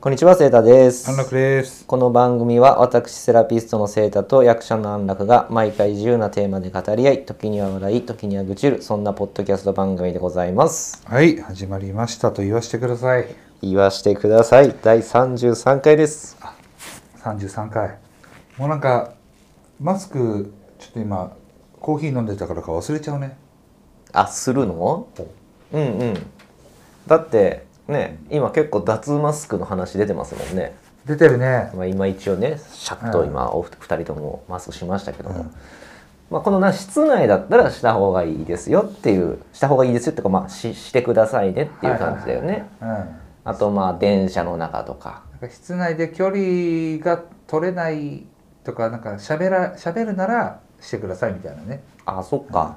こんにちは、セータです。安楽です。この番組は私セラピストのセータと役者の安楽が毎回自由なテーマで語り合い、時には笑い、時には愚痴る、そんなポッドキャスト番組でございます。はい、始まりましたと言わせてください。言わしてください。第33回です。三十三回。もうなんかマスクちょっと今コーヒー飲んでたからか忘れちゃうね。あ、するのうんうん。だって、ね、今結構脱マスクの話出てますもんね。出てるね。まあ、今一応ねシャッと今お二人ともマスクしましたけども、まあ、このな室内だったらした方がいいですよっていうした方がいいですよっていうか、まあ、ししてくださいねっていう感じだよね、うん。なあとまあ電車の中とかんか室内で距離が取れないとかなんか喋ら喋るならしてくださいみたいなね。あそっか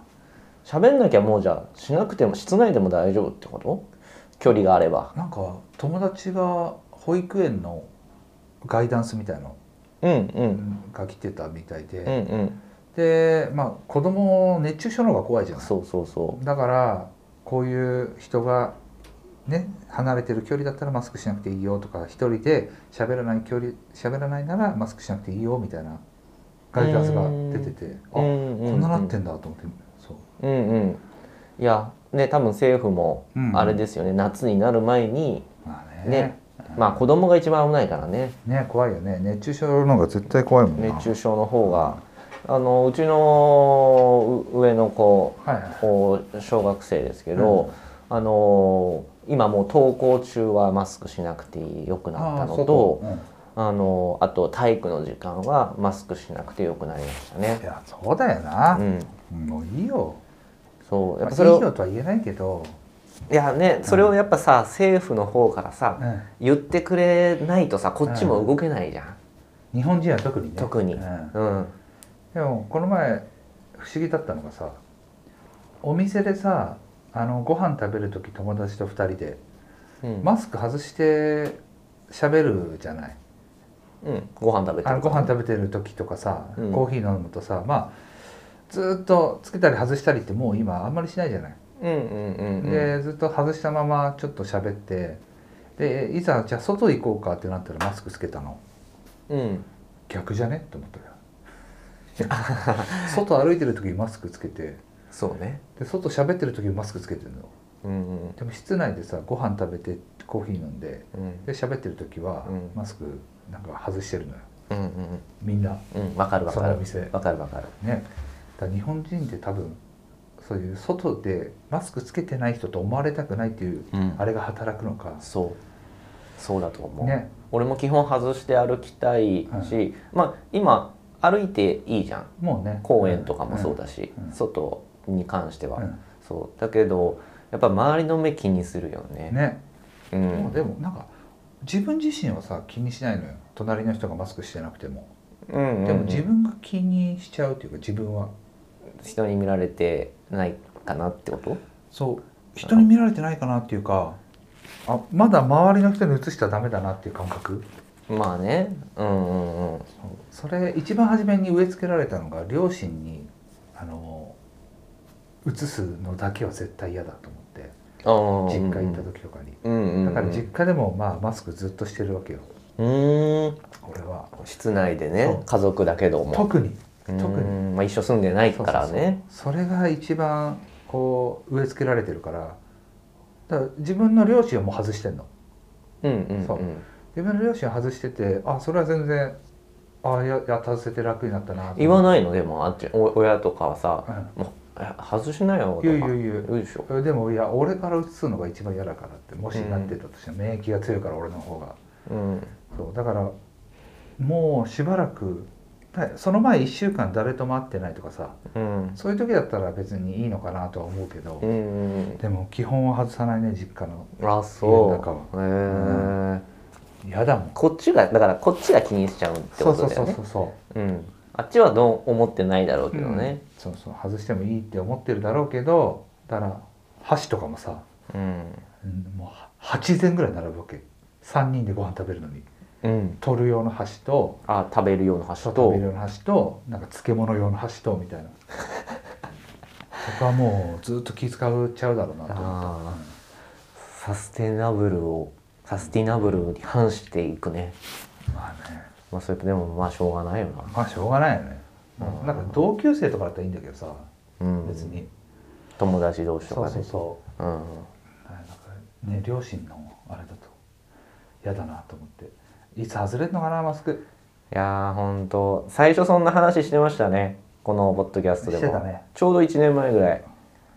喋んなきゃもうじゃあしなくても室内でも大丈夫ってこと距離があればなんか友達が保育園のガイダンスみたいのうんうんが来てたみたいで、うんうんでまあ子供熱中症の方が怖いじゃない。そうそうそだからこういう人がね離れてる距離だったらマスクしなくていいよとか一人で喋らない距離喋らないならマスクしなくていいよみたいなガイダンスが出ててあううこんうんななってんだと思ってそううんうんいやね多分政府もうんあれですよね、夏になる前にまねあねまあ子供が一番危ないからねね怖いよね熱中症の方が絶対怖いもんな熱中症の方があのうちのう上の子はいはいこう小学生ですけど、あの今もう登校中はマスクしなくてよくなったのとあーそうあのあと体育の時間はマスクしなくてよくなりましたうんねい。やそうだよなう、ん、もういいよそうやっぱまそあれいいをよとは言えないけど、いやねそれをやっぱさ政府の方からさうん言ってくれないとさこっちも動けないじゃん。日本人は特にね特にうんうん、でもこの前不思議だったのがさお店でさあのご飯食べる時友達と2人でうん、マスク外して喋るじゃないうん、ご飯食べてあのるごから飯食べてる時とかさ、うんコーヒー飲むとさまあずーっとつけたり外したりってもう今あんまりしないじゃない、うんうんうんうんでずっと外したままちょっと喋ってでいざじゃあ外行こうかってなったらマスクつけたのうん逆じゃねって 思ったよ外歩いてる時にマスクつけてそうね。で外喋ってる時もマスクつけてるのうんうんでも室内でさご飯食べてコーヒー飲んでうんで喋ってる時はうんマスクなんか外してるのようんうんみんなうんうんわかるわそかのおる店ねわかるわかる。だから日本人って多分そういう外でマスクつけてない人と思われたくないっていううんあれが働くのかそうそうだと思う。ね俺も基本外して歩きたいし、まあ今歩いていいじゃん。もうね公園とかもそうだし、うんうん外に関しては、うんそうだけどやっぱ周りの目気にするよね。ねうもうんでもなんか自分自身はさ気にしないのよ隣の人がマスクしてなくてもうんうんうんでも自分が気にしちゃうっていうか自分は人に見られてないかなってこと？そう人に見られてないかなっていうかあまだ周りの人に移しちゃダメだなっていう感覚まあね。うんうんうん。それ一番初めに植え付けられたのが両親にあの移すのだけは絶対嫌だと思ってああ実家行った時とかに、うんうんうん、だから実家でもまあマスクずっとしてるわけようーん俺は室内でそねう家族だけども特にうん特にまあ、一緒住んでないからねそれが一番こう植え付けられてるからだから自分の両親はもう外してんのうんうんうんそう自分の両親は外しててあそれは全然あややたせて楽になったなと言わないのでもあっちお親とかはさう「んもうえ外しなよ」とか言う言う言う言うでしょでもいや俺から移すのが一番嫌だからってもしなってたとしても免疫が強いから俺の方がうんそうだからもうしばらくだその前1週間誰とも会ってないとかさうんそういう時だったら別にいいのかなとは思うけどうんうんでも基本は外さないね実家のあそう家の中はへえ嫌だもんこっちがだからこっちが気にしちゃうってそこうそとうだそようねそうそううんあっちはどう思ってないだろうけどねそうそう外してもいいって思ってるだろうけどだから箸とかもさ、うんうんもう8膳ぐらい並ぶわけ3人でご飯食べるのにうん取る用の箸とあ食べるような箸食とべる用の箸となんか漬物用の箸とみたいなそこはもうずっと気使っちゃうだろうなと思っああサステナブルをサスティナブルに反していくねまあねまあそれでもまあしょうがないよなまあしょうがないよね、うんなんか同級生とかだったらいいんだけどさ、うん別に友達同士とそうかそうねそうんうなんかね両親のあれだと嫌だなと思っていつ外れるのかなマスクいやーほんと最初そんな話してましたねこのポッドキャストでしてたも、ねちょうど1年前ぐらい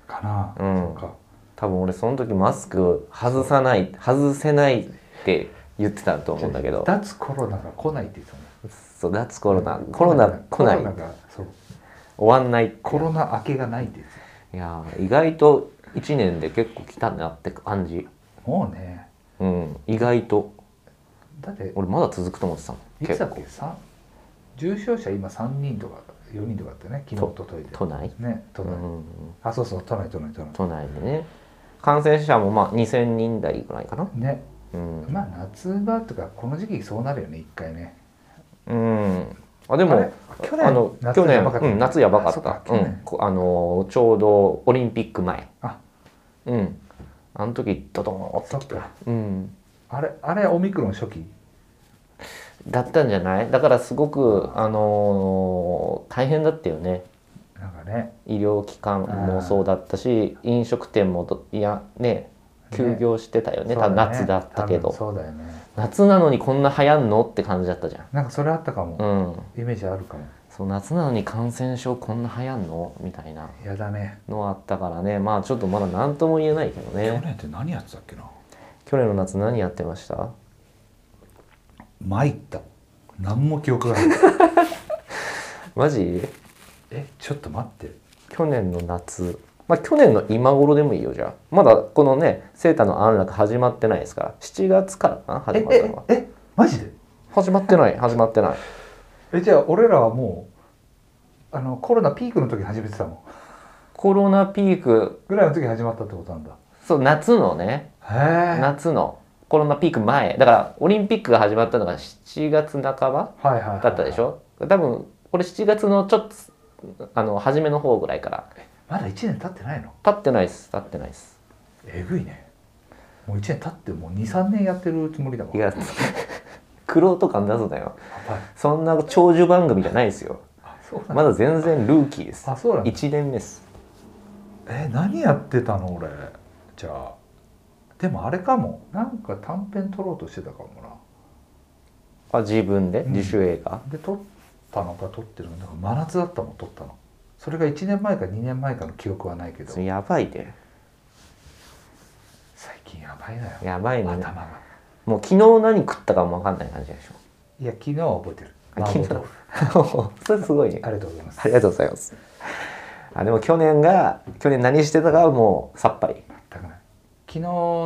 かな、うんそっか多分俺その時マスク外さない外せないって言ってたと思うんだけど脱コロナが来ないって言ってたねそう脱コロナコロナ来ないコロナがそう終わんないコロナ明けがないって言ってたいやー意外と1年で結構来たなって感じもうねうん意外とだって俺まだ続くと思ってたもんいつ結だっ構けさ重症者今3人とか4人とかだってね昨日一昨日で都内、ね都う内、ん、あそうそう都内都内都内都内でね感染者もまあ2000人台ぐらいかなねうん、まあ夏場とかこの時期そうなるよね一回ねうん、あであもれ去年あの去年うん、夏やばかあそった去うん年、こあのーちょうどオリンピック前あうんあの時ドドーンそっかうんあれあれオミクロン初期だったんじゃないだからすごくあのー大変だったよねなんかね医療機関もそうだったし飲食店もどいやね休業してたよねそうたよね夏だったけ多分どそうだよね夏なのにこんな流行んのって感じだったじゃなんかそれあったかも、んうんイメージあるかもそう夏なのに感染症こんな流行んのみたいなやだねのあったからねまあちょっとまだ何とも言えないけどねって何やってたっけな去年の夏何やってました参った何も記憶がない マジえちょっと待って去年の夏まあ去年の今頃でもいいよじゃあまだこのねセータの安楽始まってないですから7月からかな始まったのはえええマジで始まってない始まってないえじゃあ俺らはもうあのコロナピークの時に始めてたもんコロナピークぐらいの時に始まったってことなんだそう夏のねへえ夏のコロナピーク前だからオリンピックが始まったのが7月半ばはいはいはいだったでしょ多分これ7月のちょっとあの初めの方ぐらいからまだ1年経ってないの経ってないです経ってないですえぐいねもう1年経ってもう23年やってるつもりだわいやや 苦労と感出すなよそんな長寿番組じゃないですよあそうなんだ、まだ全然ルーキーですあそうなんだ1年目ですえ何やってたの俺じゃあでもあれかもなんか短編撮ろうとしてたかもあ自分でうん自主映画、なで撮ったのか撮ってるのかなんか真夏だったもん撮ったのそれが1年前か2年前かの記憶はないけどそれやばいで最近やばいなよやばいね頭がもう昨日何食ったかも分かんない感じでしいや昨日は覚えてるあ昨日麻婆豆腐ょ それすごいねありがとうございますありがとうございます。あでも去年が去年何してたかはもうさっぱり。全くない昨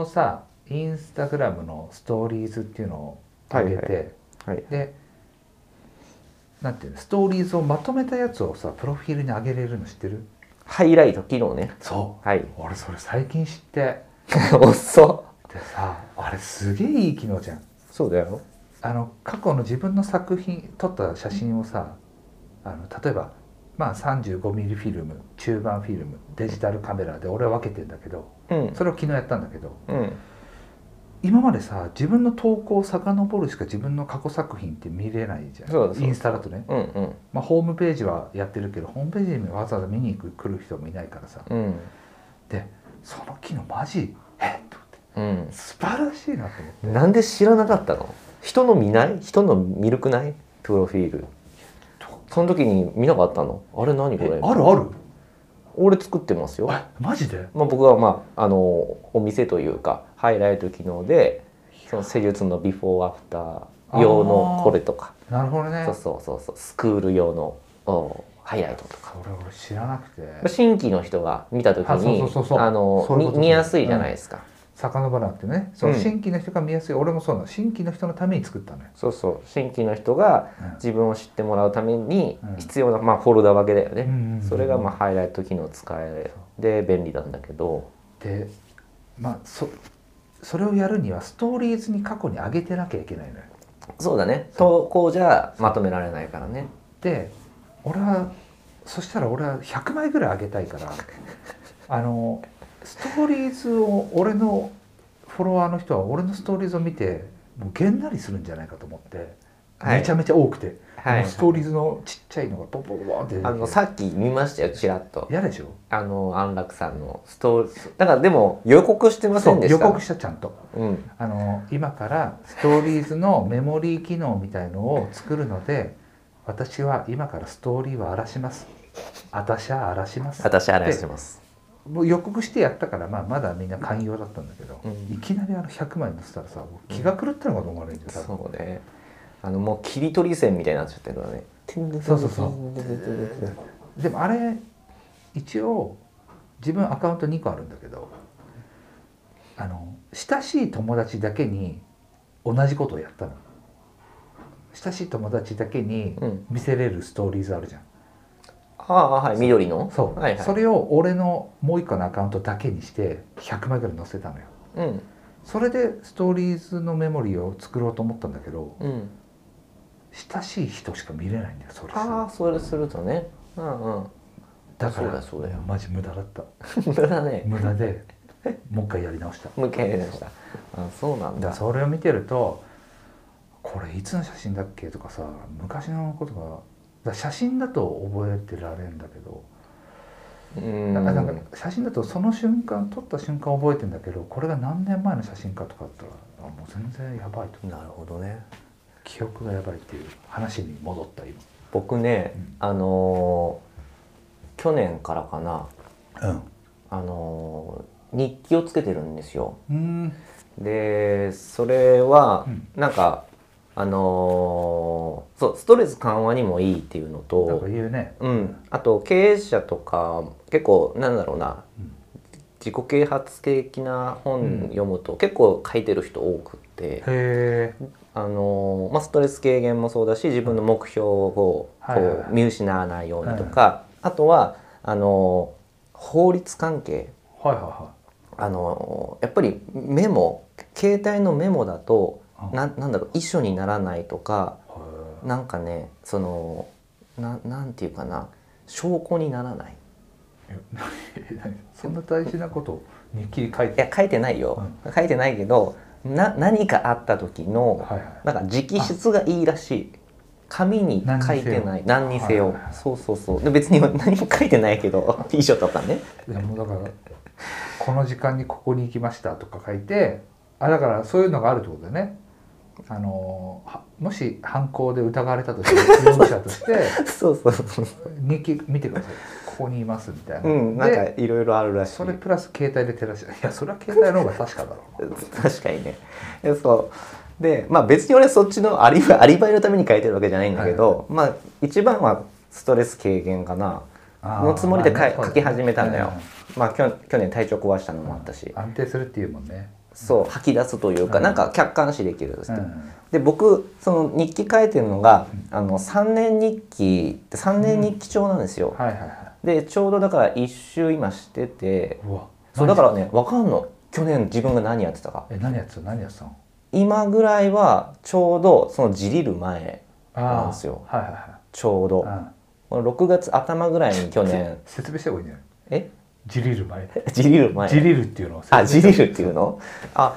日さインスタグラムのストーリーズっていうのを上げて、はいはい。でなんていうのストーリーズをまとめたやつをさプロフィールに上げれるの知ってるハイライト機能ね。そはい。俺それ最近知って 遅っ。でさあれすげえいい機能じゃんそうだよ。あの過去の自分の作品撮った写真をさあの例えばまあ 35mm フィルム中盤フィルムデジタルカメラで俺は分けてんだけどうん。それを昨日やったんだけどうん。今までさ自分の投稿を遡るしか自分の過去作品って見れないじゃんそうだそうだインスタだとね、うんうん。まあ、ホームページはやってるけどホームページにわざわざ見に行く来る人もいないからさうん。でその機能マジえっと思ってうん。素晴らしいなと思ってなんで知らなかったの人の見ない人の見るくないプロフィール。その時に見なかったのあれ何これえあるある俺作ってますよ。えマジでまあ、僕は、まあ、あのお店というかハイライト機能でその施術のビフォーアフター用のこれとかなるほどねそうそうそうそうスクール用のおハイライトとかそれ俺知らなくて新規の人が見た時あそうそうそうそうにあのそういみうこと見やすいじゃないですか、遡らなくてねそのうん新規の人が見やすい、俺もそうなの新規の人のために作ったのよ、そうそう新規の人がう自分を知ってもらうためにうん必要な、まあ、フォルダ分けだよね、んそれが、まあ、ハイライト機能使えで便利なんだけどでまあそそれをやるにはストーリーズに過去に上げてなきゃいけないのよそうだね投稿じゃまとめられないからねで俺はそしたら俺は100枚 ぐらい上げたいからあのストーリーズを俺のフォロワーの人は俺のストーリーズを見てもうげんなりするんじゃないかと思って、はいめちゃめちゃ多くて、はいもうストーリーズのちっちゃいのがポンポンポンって出てきてあのさっき見ましたよちらっと嫌でしょあの安楽さんのストーリーだからでも予告してませんでし予た告したちゃんとうんあの今からストーリーズのメモリー機能みたいのを作るので私は今からストーリーは荒らします私は荒らします私あれしてますもう予告してやったから、まあ、まだみんな寛容だったんだけど、うんいきなりあの100枚載せたらさもう気が狂ったのかと思われるんだよ、多分そうねあのもう切り取り線みたいになっちゃってるからねそうそうそうでもあれ一応自分アカウント2個あるんだけどあの親しい友達だけに同じことをやったの親しい友達だけにうん見せれるストーリーズあるじゃん、ああはい緑のそう、はいはいそれを俺のもう1個のアカウントだけにして100枚ぐらい載せたのようんそれでストーリーズのメモリーを作ろうと思ったんだけどうん親しい人しか見れないんだよそれああそれするとねうんうん だかそうらだそうだよマジ無駄だった無駄だね無 駄でもう一回やり直したもう一回やりましたあそうなんだだそれを見てるとこれいつの写真だっけとかさ昔のことがだ写真だと覚えてられんだけど、うんなんかなんか写真だとその瞬間撮った瞬間覚えてんだけどこれが何年前の写真かとかだったらあもう全然やばいとなるほどね記憶がやばいっていう話に戻った今僕ね、うんあのー去年からかな、うんあのー日記をつけてるんですようんでそれはうんなんか、あのーそうストレス緩和にもいいっていうのなんかと、言うねうん、あと経営者とか結構なんだろうな、うん自己啓発的なうん本読むと結構書いてる人多くって、へえあのーまあ、ストレス軽減もそうだし自分の目標をこうはいはいはいこう見失わないようにとか、あとはあのー法律関係はいはあのーやっぱりメモ携帯のメモだといはいななんだろう遺書にならないとかへなんかねそのななんていうかな証拠にならないえ そんな大事なことを日記に書いいてや書いてないよ、書いてないけどな何かあった時の、はいはいなんか直筆がいいらしい紙に書いてない何にせよはいはいはいそうそうそうで別に何も書いてないけど 衣装とかねいやもうだからこの時間にここに行きましたとか書いてあだからそういうのがあるってことだよねあのーはもし犯行で疑われた として容疑者としてそうそうそう日記見てくださいここにいますみたいな、うんなんかでいろいろあるらしいそれプラス携帯で照らしいやそれは携帯の方が確かだろう確かにねでそうでまあ別に俺そっちのアリバイアリバイのために書いてるわけじゃないんだけど、まあ一番はストレス軽減かなな のつもりでかい書き始めたんのだよ、まあ、きょ去年体調壊したのもあったし、安定するっていうもんね、そう吐き出すというか、うんなんか客観視できるうんで僕その日記書いてるのが、あの3年日記って3年日記帳なんですよ、はいはいはでちょうどだから1周今してていうわそうだ何からね分かんの去年自分が何やってたかえ何やってたの何やってたの今ぐらいはちょうどそのじりる前ーなんですよはいはちょうどいはい、うん6月頭ぐらいに去年説明した方がいいん じゃないえ ジリル前じりる前ジリルっていうのをあじりるっていうのあ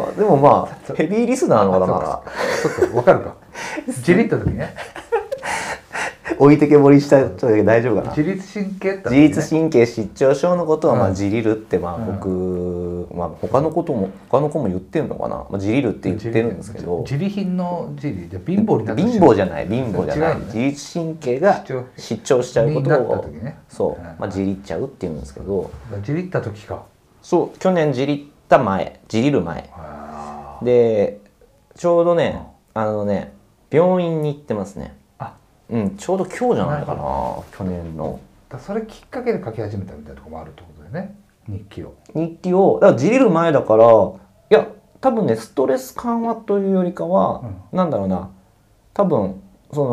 あでもまあヘビーリスナーの方だかそうかわかるかジリった時ねら置いてけぼりした人で大丈夫かな自律神経って、自律神経失調症のことはまあうんジリルってまあうん僕、まあ他のことも他の子も言ってるのかな、まあ、ジリルって言ってるんですけど自利品のジリじゃあ貧乏になった貧乏じゃない貧乏じゃな違い、うのね自律神経が失調失調しちゃうこにとなったを時ねそううん、まあ、ジリっちゃうっていうんですけどジリった時かそう去年ジリった前ジリる前あでちょうどねあのね病院に行ってますねあうんちょうど今日じゃないかな去年のだそれきっかけで書き始めたみたいなとこもあるってことだよね日記を日記をだからじれる前だからいや多分ねストレス緩和というよりかは、なんだろうな多分そ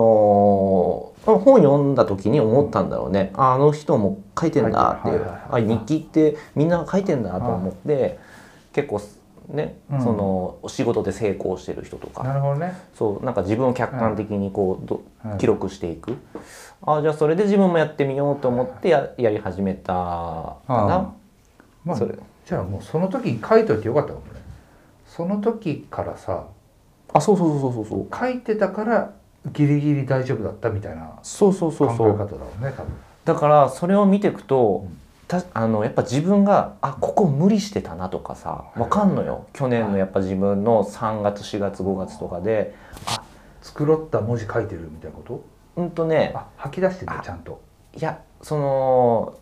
の本読んだ時に思ったんだろうね、ああの人も書いてんだっていう、書いてるはいはいはいあ日記ってみんな書いてんだと思って、結構ね、うんその仕事で成功してる人とかなるほどねそうなんか自分を客観的にこう、どうん記録していくああじゃあそれで自分もやってみようと思ってややり始めたかな。まあそれじゃあもうその時に書いといてよかったかもねその時からさあそうそうそうそうそう書いてたからギリギリ大丈夫だったみたいなそうそうそう考そうえそう方だろうね多分だからそれを見ていくと、うんたあのやっぱ自分があここ無理してたなとかさわかんのよ去年のやっぱ自分の3月4月5月とかで繕った文字書いてるみたいなことうんとねあ吐き出してるちゃんといやその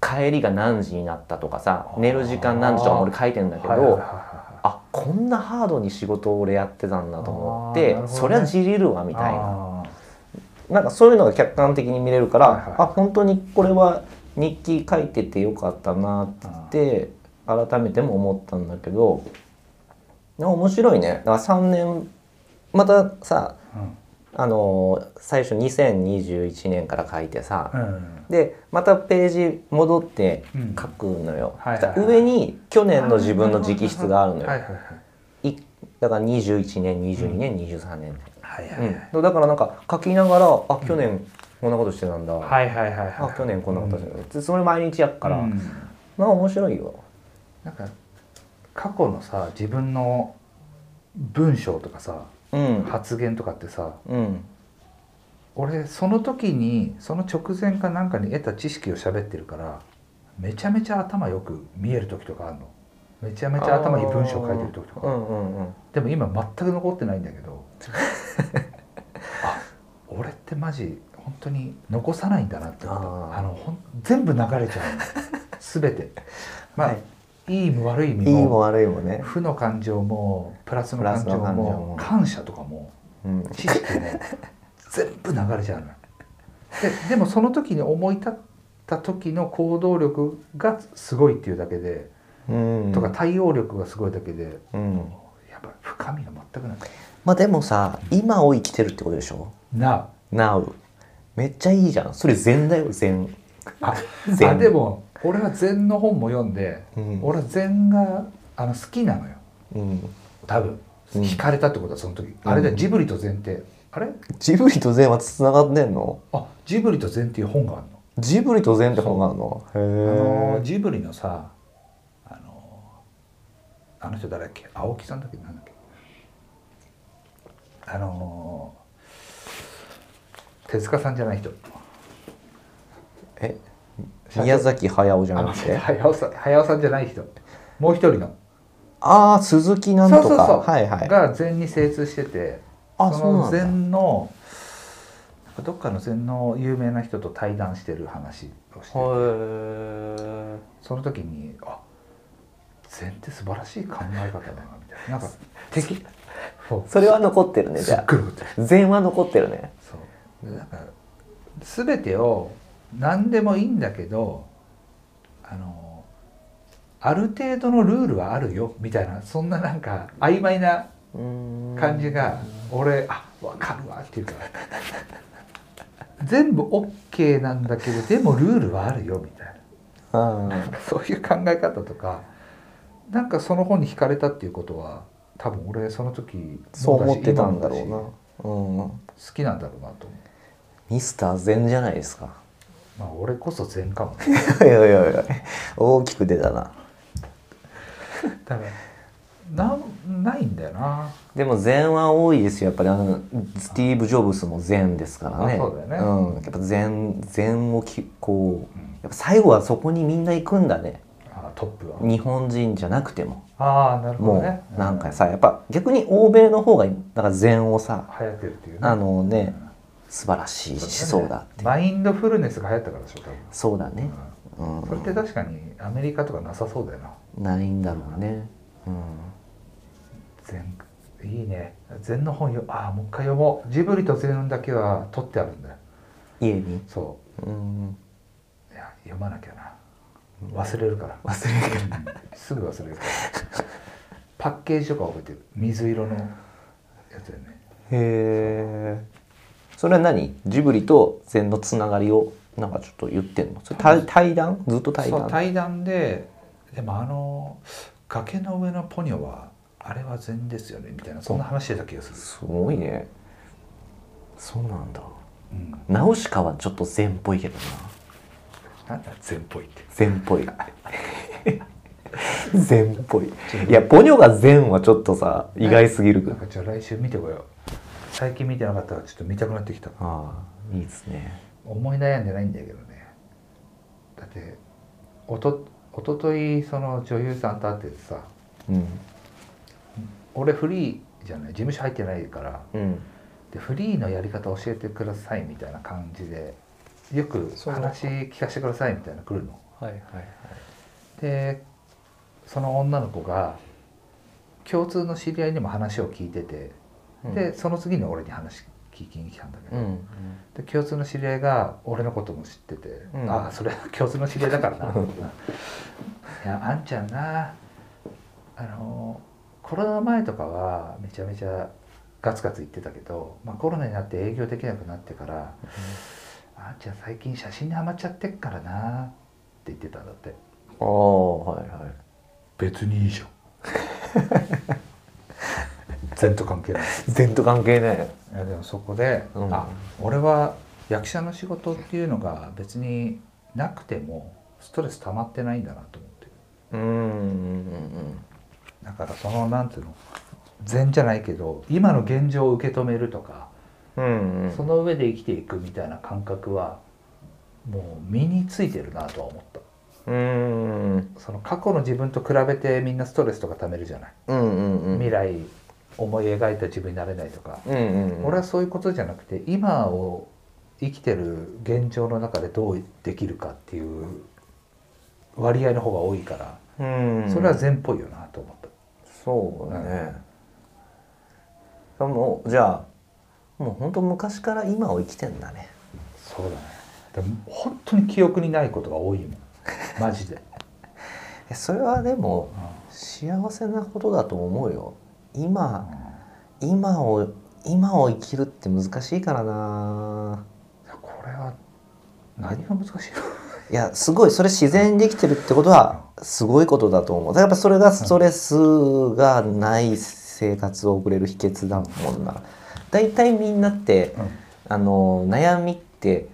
帰りが何時になったとかさあー寝る時間何時とか俺書いてんだけど、はいはいはいはいあこんなハードに仕事を俺やってたんだと思って、あーなるほどねそりゃじりるわみたいなあなんかそういうのが客観的に見れるから、はいはいあ本当にこれは日記書いててよかったなってーって改めても思ったんだけどでも面白いねだから3年またさうんあのー最初2021年から書いてさ、うんでまたページ戻ってうん書くのよ、はいはいそはしいたら上に去年の自分の直筆があるのよ、はいはいいだから21年22年、23年、はいはういんだからなんか書きながらあ去年こんなことしてたんだ、はいはいはいあはい去年こんなことしてた、でそれ毎日やっから、うんまあ面白いよなんか過去のさ自分の文章とかさうん発言とかってさうん俺その時にその直前かなんかに得た知識を喋ってるからめちゃめちゃ頭よく見える時とかあるのめちゃめちゃ頭いい文章書いてる時とうかんうんうんでも今全く残ってないんだけ どあ俺ってマジ本当に残さないんだなってことあーあのほん全部流れちゃうの全てまあ、、はいいも悪い意味いいもも悪いもね、負の感情もプラスのプラ感ス情の感情もも感謝とかもうん、知識も全部流れちゃうのよででもその時に思い立った時の行動力がすごいっていうだけで、うんとか対応力がすごいだけでうん、やっぱり深みが全くないまあでもさ今を生きてるってことでしょな Now めっちゃいいじゃんそれ禅だよ禅あ禅あでも俺は禅の本も読んで、うん俺は禅があの好きなのようん多分うん惹かれたってことはその時、あれでジブリと禅ってあれジブリと禅はつながってんのあジブリと禅っていう本があるのジブリと禅って本があるのへあのえジブリのさあのあの人誰だっけ青木さんだっけなんだっけあの手塚さんじゃない人え宮崎駿じゃあなのくて早尾さん早尾さんじゃない人もう一人のああー鈴木なんとそかうそうそう、はいはいが禅に精通しててあそそうなのんだ禅のなんかどっかの禅の有名な人と対談してる話をしててへその時にあ禅って素晴らしい考え方だなみたいななんか敵そうそれは残ってるねすじっゃごい思ってるあ禅は残ってるねそうでなんか全てを何でもいいんだけどあのある程度のルールはあるよみたいなそんななんか曖昧な感感じが俺あわかるわっていうか全部 OK なんだけどでもルールはあるよみたいな。うん そういう考え方とかなんかその本に惹かれたっていうことは多分俺その時そう思ってたんだろ今もだうな。うん。し好きなんだろうなと思うミスター禅じゃないですか。 まあ俺こそ全かもねいやいやいや、大きく出たな。多分なんないんだよなでも禅は多いですよ。やっぱりあのスティーブ・ジョブスも禅ですからね。あそうだよねん。やっぱ禅禅をきこうやっぱ最後はそこにみんな行くんだね。あトップは日本人じゃなくても。ああなるほどねもうなんかさやっぱ逆に欧米の方がなんか禅をさ流行ってるっていうねあのね素晴らしい思想だってマインドフルネスが流行ったからでしょ多分そうだね、うん、それって確かにアメリカとかなさそうだよなないんだろうね。うん全いいね全の本よああもう一回読もうジブリと全だけは取ってあるんだよ家に。そううん。いや読まなきゃな忘れるから忘れる。うんすぐ忘れるからパッケージとか覚えてる水色のやつだよねへえ。それは何？ジブリと禅のつながりをなんかちょっと言ってんの？それ対対談？ずっと対そう談。対談ででもあの崖の上のポニョはあれは禅ですよねみたいなそんな話してた気がする、すごいね。そうなんだ。うん、ナウシカはちょっと禅っぽいけどな。 なんだ禅っぽいって禅っぽい。善っぽいいやポニョが善はちょっとさ意外すぎるなんかじゃあ来週見てこよう最近見てなかったからちょっと見たくなってきたああいいですね思い悩んでないんだけどねだっておとおとといその女優さんと会っててさうん俺フリーじゃない事務所入ってないからうんでフリーのやり方教えてくださいみたいな感じでよくそう話聞かせてくださいみたいなの来るのはいはいはいでその女の子が共通の知り合いにも話を聞いてて、でその次に俺に話聞きに来たんだけど、うんで共通の知り合いが俺のことも知ってて、うんああそれは共通の 知り合いだからないやあんちゃんなあのコロナ前とかはめちゃめちゃガツガツ言ってたけど、まあ、コロナになって営業できなくなってから、あんちゃん最近写真にハマっちゃってっからなって言ってたんだってああはいはい別にいいじゃん 全と関係ない善と関係ないいやでもそこで、うんあ俺は役者の仕事っていうのが別になくてもストレス溜まってないんだなと思ってるうんうんだからそのなんていうの善じゃないけど今の現状を受け止めるとか、うんうんうんその上で生きていくみたいな感覚はもう身についてるなとは思ったうんうんその過去の自分と比べてみんなストレスとか溜めるじゃない、うんうん未来思い描いた自分になれないとか、うんうん俺はそういうことじゃなくて今を生きてる現状の中でどうできるかっていう割合の方が多いから、うんそれは善っぽいよなと思ったそうだね、もうじゃあもう本当昔から今を生きてんだねそうだねでも本当に記憶にないことが多い もんマジで、えそれはでもうん幸せなことだと思うよ今今を今を生きるって難しいからないやこれは何が難しいいやすごいそれ自然にできてるってことはすごいことだと思うだからやっぱそれがストレスがない生活を送れる秘訣だもんな大体みんなっての、あの悩みって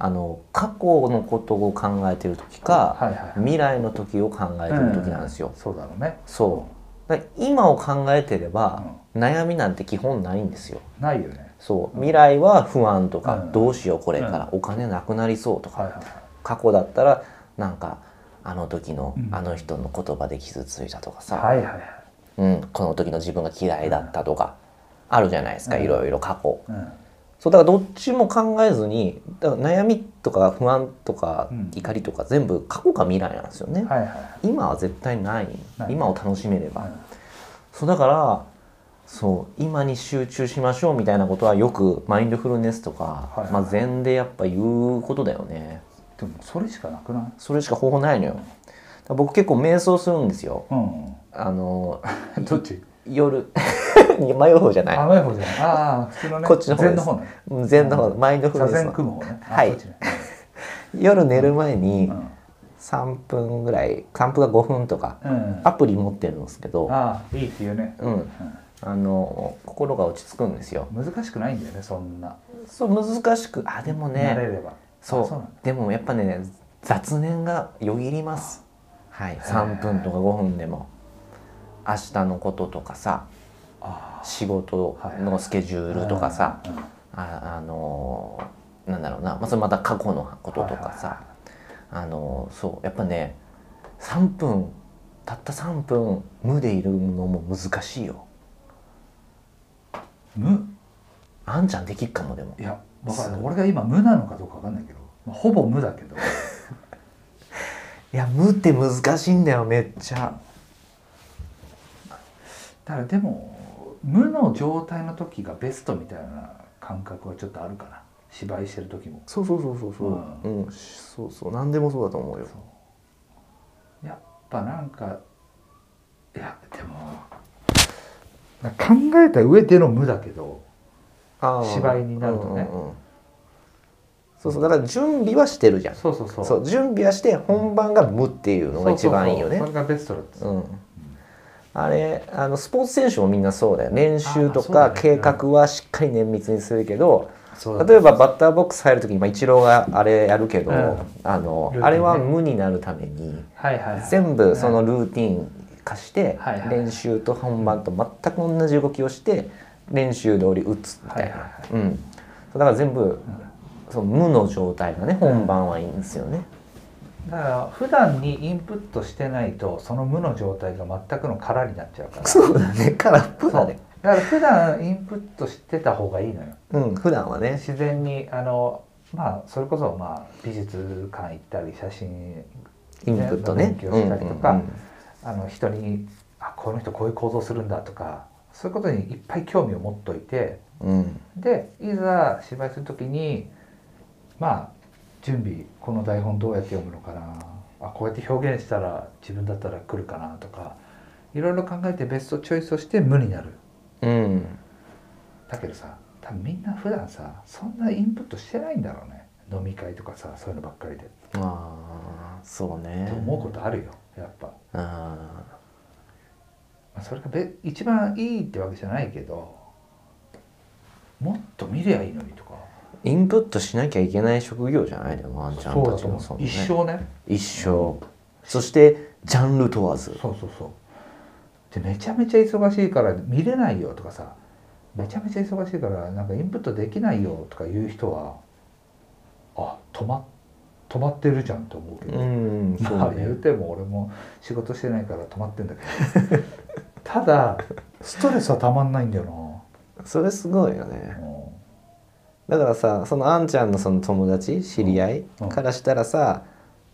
あの過去のことを考えてる時かはいはい未来の時を考えてる時なんですよ。そうだろうねそうだから今を考えてれば悩みなんて基本ないんですよ。ないよねそう未来は不安とうかんどうしようこれからお金なくなりそうとはいかはいはい過去だったらなんかあの時のうんあの人の言葉で傷ついたとかさ、はいはいはいうん、この時の自分が嫌いだったとかあるじゃないですかうんいろいろ過去。うんそうだからどっちも考えずにだから悩みとか不安とかうん怒りとか全部過去か未来なんですよね、はいはいはい今は絶対ないない今を楽しめれば、うんそうだからそう今に集中しましょうみたいなことはよくマインドフルネスとか、はいはいまあ、禅でやっぱ言うことだよねでもそれしかなくないそれしか方法ないのよだから僕結構瞑想するんですようあのん どっち夜 いや迷う方じゃない甘い方じゃない。ああ、普通のね。こっちの方です禅の方ね。禅の方マインドフル座ネス禅の組む方ね。あはいそっちね夜寝る前に、うん。 3分ぐらい3分が5分とかうんアプリ持ってるんですけど、ああ、いいっていうね。うん、あの心が落ち着くんですよ。うん難しくないんだよね、そんな。そう難しくあでも慣れねれば。そうあそうなんだ。でもやっぱね雑念がよぎります。はい、3分とか5分でも明日のこととかさあ仕事のスケジュールとかさ、うん。ああのーなんだろうな、まあ、それまた過去のこととかさ、あのーそうやっぱね3分たった3分無でいるのも難しいよ無あんちゃんできっかもでもいや、わかそるう。俺が今無なのかどうかわかんないけど、まあほぼ無だけど。いや無って難しいんだよめっちゃだからでも、無の状態の時がベストみたいな感覚はちょっとあるかな。芝居してる時も。そうそうそうそうううん、そうそう何でもそうだと思うよそうやっぱなんかいやでも考えた上での無だけどあー芝居になるとねうんうんうんそうそうだから準備はしてるじゃんそうそうそうそう準備はして本番が無っていうのが一番いいよねそうそうそうそれがベストだった、うん、あれあのスポーツ選手もみんなそうだよ練習とあかそうだね計画はしっかり綿密にするけどそうだ例えばバッターボックス入る時に、まあ、イチローがあれやるけど、うんあのルーティンねあれは無になるためにはいはいはい全部そのルーティン化してはいはい練習と本番と全く同じ動きをして練習通り打つみたいはいはいな、うん、そうだから全部その無の状態がね本番はいいんですよね。だから普段にインプットしてないとその無の状態が全くの空になっちゃうからそうだ ね空っぽだね。だから普段インプットしてた方がいいのようん普段はね。自然にあのまあそれこそまあ美術館行ったり写真インプットね。勉強したりとかうんうんうんあの人にあこの人こういう構造するんだとかそういうことにいっぱい興味を持っといてうん、でいざ芝居する時にまあ準備この台本どうやって読むのかなあこうやって表現したら自分だったら来るかなとかいろいろ考えてベストチョイスをして無になるうん、だけどさ多分みんな普段さそんなインプットしてないんだろうね飲み会とかさそういうのばっかりで、ああそうねと。思うことあるよやっぱ、まああ、それがべ一番いいってわけじゃないけどもっと見りゃいいのにとかーインプットしなきゃいけない職業じゃないでもワンちゃんたちもそそううね一生ね一生そしてジャンル問わずそうそうそうでめちゃめちゃ忙しいから見れないよとかさめちゃめちゃ忙しいからなんかインプットできないよとか言う人はあ止ま止まってるじゃんと思うけど、んまあ言うても俺も仕事してないから止まってんだけどただストレスはたまんないんだよそれすごいよなねもだからさそのあんちゃんのその友達知り合いうんうんからしたらさ、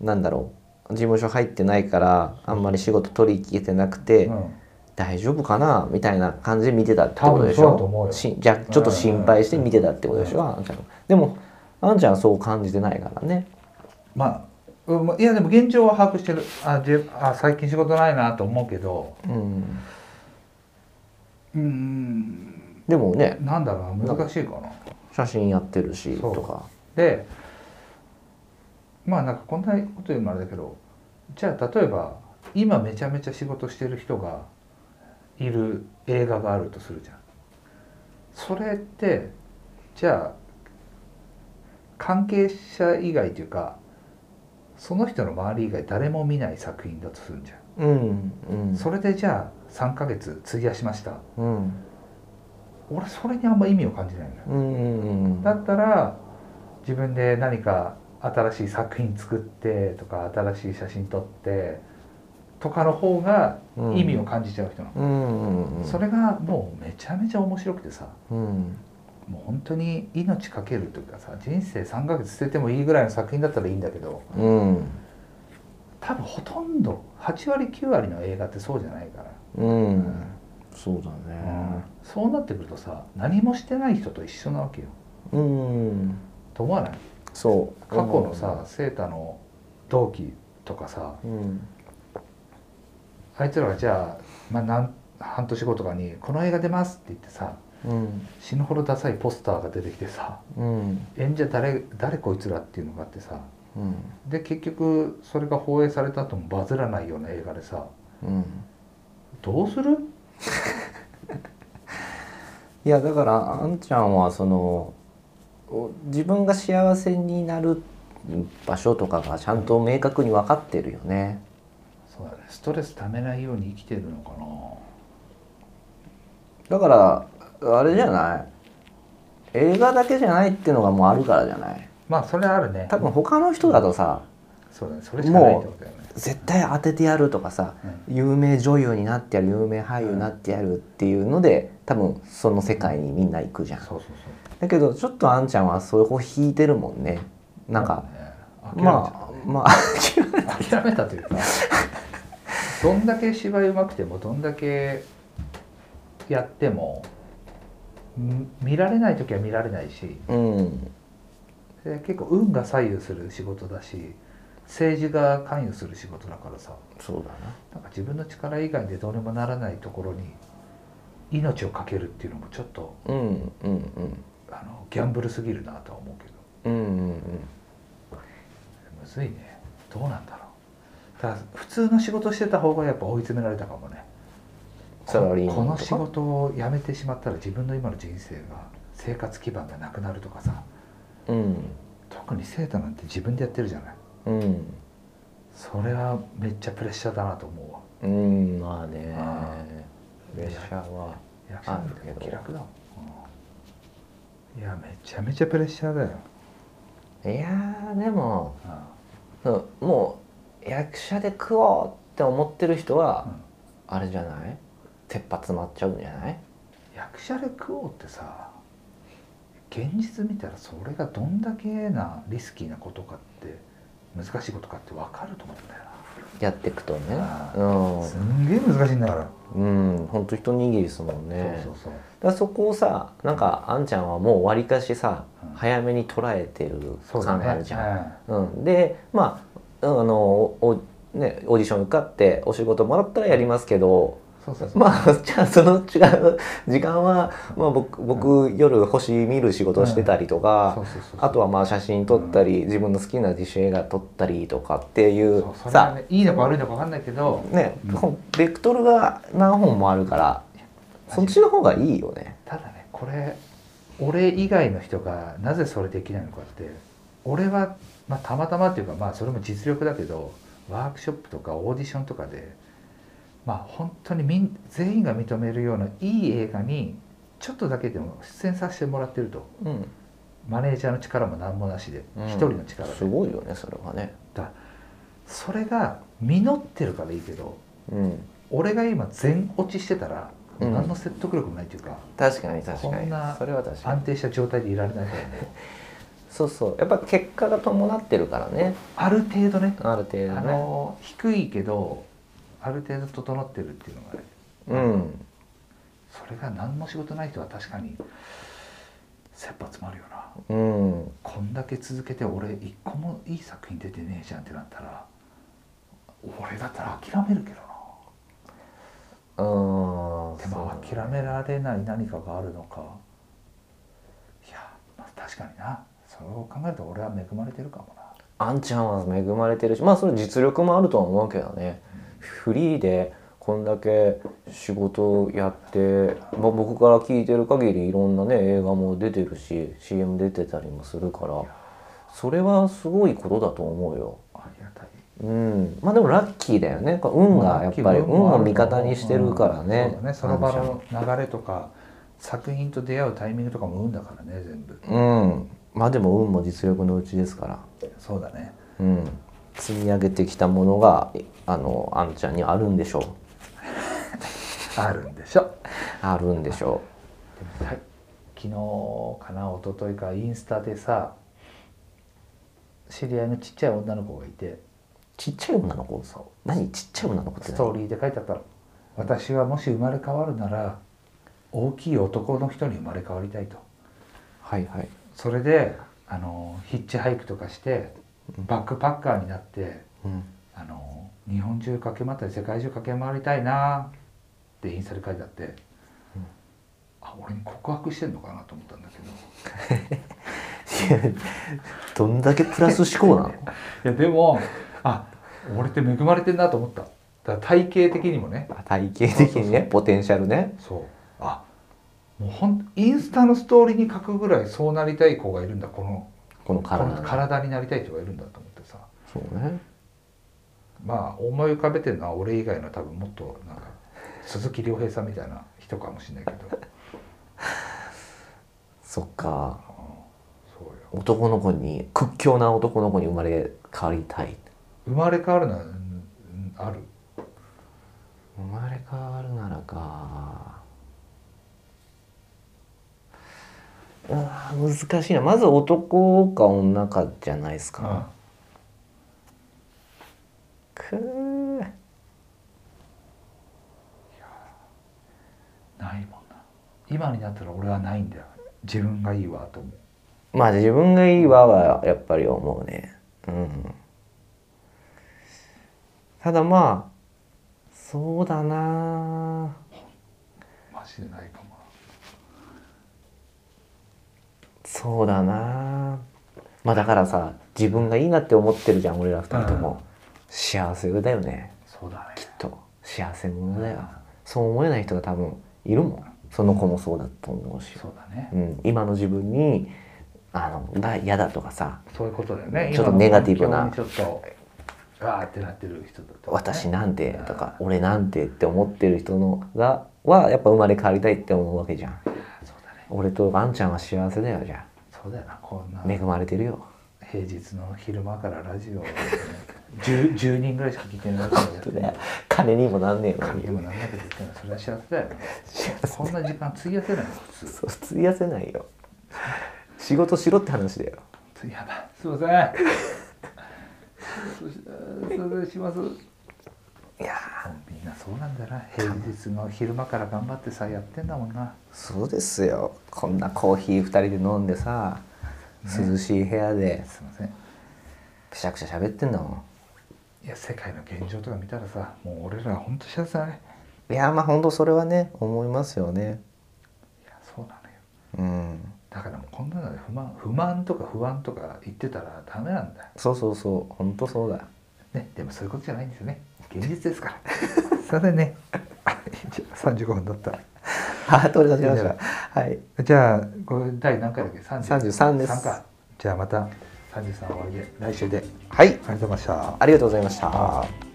なんだろう事務所入ってないからあんまり仕事取り消えてなくうて、うん大丈夫かなみたいな感じで見てたってことでし多分そうだと思うょよしじゃちょっと心配して見てたってことでしょ、あんちゃんでもあんちゃんはそう感じてないからねまあうんいやでも現状は把握してるあじあ最近仕事ないなと思うけどうんうんでもねなんだろうな難しいかな写真やってるしそうとかでまあなんかこんなこと言うのもあれだけどじゃあ例えば今めちゃめちゃ仕事してる人がいる映画があるとするじゃん。それってじゃあ関係者以外というかその人の周り以外誰も見ない作品だとするんじゃん。うんうんそれでじゃあ3ヶ月費やしましたうん俺それにあんま意味を感じないんだようんうんうんだったら自分で何か新しい作品作ってとか新しい写真撮ってとかの方がうん意味を感じちゃう人なの、うんうんうんそれがもうめちゃめちゃ面白くてさうんもう本当に命かけるというかさ人生3ヶ月捨ててもいいぐらいの作品だったらいいんだけどうん多分ほとんど8割9割の映画ってそうじゃないから、うんそうだねそうなってくるとさ何もしてない人と一緒なわけようんと思わないそう過去のさセータの同期とかさ、うんあいつらがじゃあ、まあ、なん半年後とかに「この映画出ます」って言ってさうん死ぬほどダサいポスターが出てきてさうん演者誰誰こいつらっていうのがあってさうんで結局それが放映された後もバズらないような映画でさうんどうするいやだからあんちゃんはそのお自分が幸せになる場所とかがちゃんと明確に分かってるよねそうだねストレスためないように生きてるのかだなからあれじゃない映画だけじゃないっていうのがもうあるからじゃないまあそれあるね多分他の人だとさそうだねそれしかないってことだよね絶対当ててやるとかさうん有名女優になってやる有名俳優になってやるっていうので多分その世界にみんな行くじゃんそうそうそうだけどちょっとあんちゃんはそこ引いてるもんねなんかそうねまあまあ 諦めたというかどんだけ芝居うまくてもどんだけやってもん見られない時は見られないしうんで結構運が左右する仕事だし政治が関与する仕事だからさそうだなんか自分の力以外でどうにもならないところに命を懸けるっていうのもちょっとなうんうんうんあのギャンブルすぎるなとは思うけうどんうんむずいねどうなんだろうただ普通の仕事してた方がやっぱ追い詰められたかもねサラリーマンこのとか仕事を辞めてしまったら自分の今の人生が生活基盤がなくなるとかさうん特に生徒なんて自分でやってるじゃないうんそれはめっちゃプレッシャーだなと思うわうんまあねあプレッシャーは役者なんあるけどて気楽だもんうんいやめちゃめちゃプレッシャーだよいやーでもあそうもう役者で食おうって思ってる人は、うんあれじゃない切羽詰まっちゃうんじゃない役者で食おうってさ現実見たらそれがどんだけなリスキーなことかって難しいことかって分かると思うんだよやっていくとねあなすうんげえ難しいんだかん、ら、うん、ほんと一握りですもんねそうそうそうだからそこをさなんかあんちゃんはもうわりかしさ、うん早めに捉えてるそうだ感ねがあるじゃん。うん、でまあうんあのお、ね、オーディション受かってお仕事もらったらやりますけどうんそうそうそう、まあ じゃあその違う時間は、まあ、僕僕夜星見る仕事をしてたりとそかう。そうそうあとはまあ写真撮ったり、自分の好きな自主映画撮ったりとかっていうそうそれはさねいいのか悪いのか分かんないけどね、うんこうベクトルが何本もあるからそっちの方がいいよね。ただねこれ俺以外の人がなぜそれできないのかって俺は、まあ、たまたまっていうかまあそれも実力だけどワークショップとかオーディションとかでまあ本当にみん全員が認めるようないい映画にちょっとだけでも出演させてもらってるとうんマネージャーの力も何もなしでうん一、人の力すでごいよねそれはね。それが実ってるからいいけどうん、俺が今全落ちしてたらうん何の説得力もないというか、確かに確かこんになそれは確か安に定した状態でいられないからねそうそうやっぱ結果が伴ってるからねある程度ねある程度あねの低いけどある程度整ってるっていうのがねうんそれが何も仕事ない人は確かに切羽詰まるよなうんこんだけ続けて俺一個もいい作品出てねえじゃんってなったら俺だったら諦めるけどなうんでそもう諦められない何かがあるのかいや、まあ、確かになそれを考えると俺は恵まれてるかもなあんちゃんは恵まれてるしまあそれ実力もあるとは思うけどねフリーでこんだけ仕事やって、まあ、僕から聞いてる限りいろんなね映画も出てるし CM 出てたりもするからそれはすごいことだと思うよ。ありがたいうん、まあでもラッキーだよねこう運がやっぱり運を味方にしてるからね,、そうだねその場の流れとか作品と出会うタイミングとかも運だからね全部うんまあでも運も実力のうちですから、そうだねうん、積み上げてきたものがあのあんちゃんにあるんでしょうあるんでしょあるんでしょでもさ昨日かな一昨日かインスタでさ知り合いのちっちゃい女の子がいてうちっちゃい女の子何ちっちゃい女の子ってス何トーリーで書いてあったの「私はもし生まれ変わるなら大きい男の人に生まれ変わりたい」と。はいはいそれであのヒッチハイクとかしてバックパッカーになってうんあの日本中駆け回ったり世界中駆け回りたいなってインスタで書いてあって、あ俺に告白してんのかなと思ったんだけどいや どんだけプラス思考なのいやでもあ俺って恵まれてんなと思っただから体型的にもねあ 体型的にねそうそうそうポテンシャルねそうあもうほんインスタのストーリーに書くぐらいそうなりたい子がいるんだこのこの体この体になりたい人がいるんだと思ってさそうねまあ思い浮かべてるのは俺以外の多分もっとなんか鈴木亮平さんみたいな人かもしれないけどそっかああそうよ男の子に屈強な男の子に生まれ変わりたい生まれ変わるのはうんうんある生まれ変わるならかうわー難しいなまず男か女かじゃないですか、くーないもんな今になったら俺はないんだよ自分がいいわと思うまあ自分がいいわはやっぱり思うねうんただまあそうだなマジでないかもなそうだなまあだからさ自分がいいなって思ってるじゃん俺ら二人とうんも幸せだよねそうだねきっと幸せ者だよそう思えない人が多分いるもんその子もそうだと思うし、そうだねうん、今の自分にあのだ嫌だとかさそういうことだよねちょっとネガティブ今なの環境にちょっとわーってなってる人だと、私なんてとかあ俺なんてって思ってる人のがはやっぱ生まれ変わりたいって思うわけじゃんそうだね俺とあんちゃんは幸せだよじゃそうだよなこんなあ恵まれてるよ平日の昼間からラジオを、ね、10, 10人ぐらいしか聞いてないからやってね金にもなんねえのでにもなんだけどでもそれは幸せだよねこんな時間費やせないよ普通そう費やせないよ仕事しろって話だよやばいすいませんそしてそれしますいやみんなそうなんだな平日の昼間から頑張ってさやってんだもんなそうですよこんなコーヒー2人で飲んでさ、涼しい部屋ですいませんくしゃくしゃ喋ってんだもいや世界の現状とか見たらさもう俺らほんと幸せだねんいやまあほんとそれはね思いますよねいやそうなのうよんだからもうこんなので不満不満とか不安とか言ってたらダメなんだよそうそうそうほんとそうだね、でもそういうことじゃないんですよね。現実です から。すいませんね。三十五分だった。ハート立ちましたはいじゃあこれ第何回だっけ？三33ですか。じゃあまた三十三を上げ来週で。はいありがとうございました。ありがとうございました